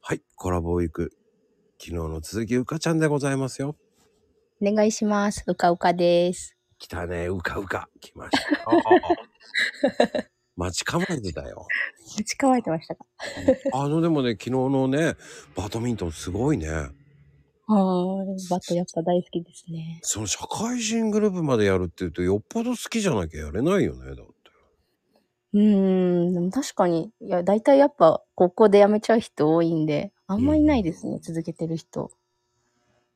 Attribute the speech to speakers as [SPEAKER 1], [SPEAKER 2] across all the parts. [SPEAKER 1] はい、コラボウィーク。昨日の続き、うかちゃんでございますよ。
[SPEAKER 2] お願いします。うかうかです。
[SPEAKER 1] 来たね、うかうか。来ました。待ち構えてた よ。
[SPEAKER 2] 待ち構えてましたか。
[SPEAKER 1] あの、でもね、昨日のね、バドミントンすごいね。
[SPEAKER 2] はい。バットやっぱ大好きですね。
[SPEAKER 1] その社会人グループまでやるっていうと、よっぽど好きじゃなきゃやれないよね、だって。
[SPEAKER 2] うん、でも確かに、いや、大体やっぱ、ここでやめちゃう人多いんで、あんまいないですね、うん、続けてる人。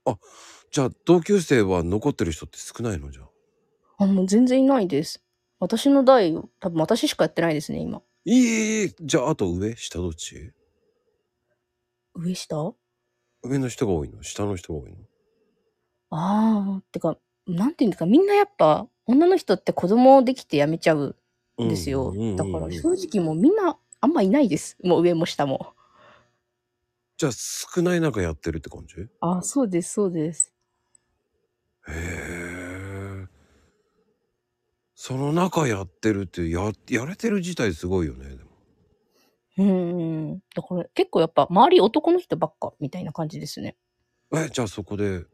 [SPEAKER 1] あ、じゃあ、同級生は残ってる人って少ないのじゃ
[SPEAKER 2] あ。あ、もう全然いないです。私の代、多分私しかやってないですね、今。
[SPEAKER 1] いい、じゃあ、あと上下どっち
[SPEAKER 2] 上下
[SPEAKER 1] 上の人が多いの下の人が多いの
[SPEAKER 2] ああ、ってか、なんていうんですか、みんなやっぱ、女の人って子供できてやめちゃうですよ、だから正直もうみんなあんまいないですもう上も下も
[SPEAKER 1] じゃあ少ない中やってるって感じ
[SPEAKER 2] あそうですそうです
[SPEAKER 1] へえその中やってるってややれてる自体すごいよねでも
[SPEAKER 2] うんだから結構やっぱ周り男の人ばっかみたいな感じですね
[SPEAKER 1] えじゃあそこで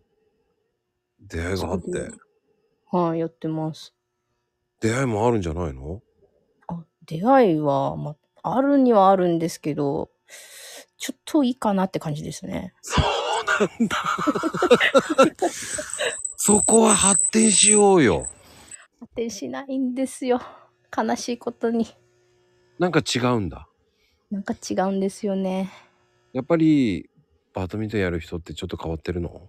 [SPEAKER 1] 出会いがあって
[SPEAKER 2] はい、やってます
[SPEAKER 1] 出会いもあるんじゃないの
[SPEAKER 2] 出会いは、まあ、あるにはあるんですけど、ちょっといいかなって感じですね。
[SPEAKER 1] そうなんだ。そこは発展しようよ。
[SPEAKER 2] 発展しないんですよ。 悲しいことに。
[SPEAKER 1] なんか違うんだ。
[SPEAKER 2] なんか違うんですよね。
[SPEAKER 1] やっぱり、バドミントンやる人ってちょっと変わってるの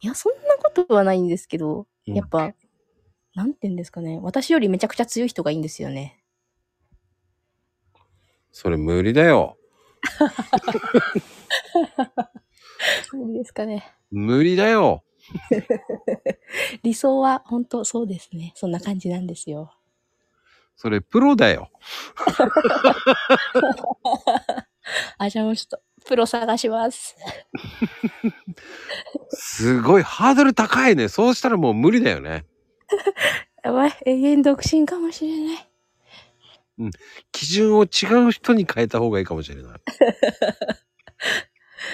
[SPEAKER 2] いや、そんなことはないんですけど、うん、やっぱ、なんて言うんですかね。私よりめちゃくちゃ強い人がいいんですよね。
[SPEAKER 1] それ無理だよ。
[SPEAKER 2] 無理ですかね。
[SPEAKER 1] 無理だよ。
[SPEAKER 2] 理想は本当そうですね。そんな感じなんですよ。
[SPEAKER 1] それプロだよ。
[SPEAKER 2] あ、じゃあもうちょっとプロ探します。
[SPEAKER 1] すごいハードル高いね。そうしたらもう無理だよね。
[SPEAKER 2] やばい、永遠独身かもしれない。
[SPEAKER 1] うん、基準を違う人に変えた方がいいかもしれない。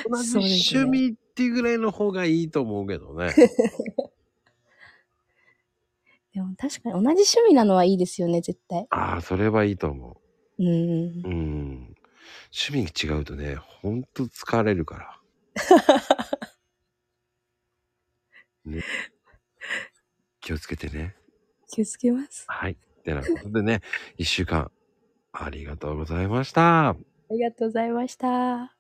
[SPEAKER 1] 同じ趣味っていうぐらいの方がいいと思うけどね。
[SPEAKER 2] でも確かに同じ趣味なのはいいですよね、絶対。
[SPEAKER 1] ああ、それはいいと思。
[SPEAKER 2] う。うん。うん
[SPEAKER 1] 趣味が違うとね、ほんと疲れるから。ね。気をつけてね。
[SPEAKER 2] 気をつけます。
[SPEAKER 1] はい。てなことでね、一週間ありがとうございました。あ
[SPEAKER 2] りがとうございました。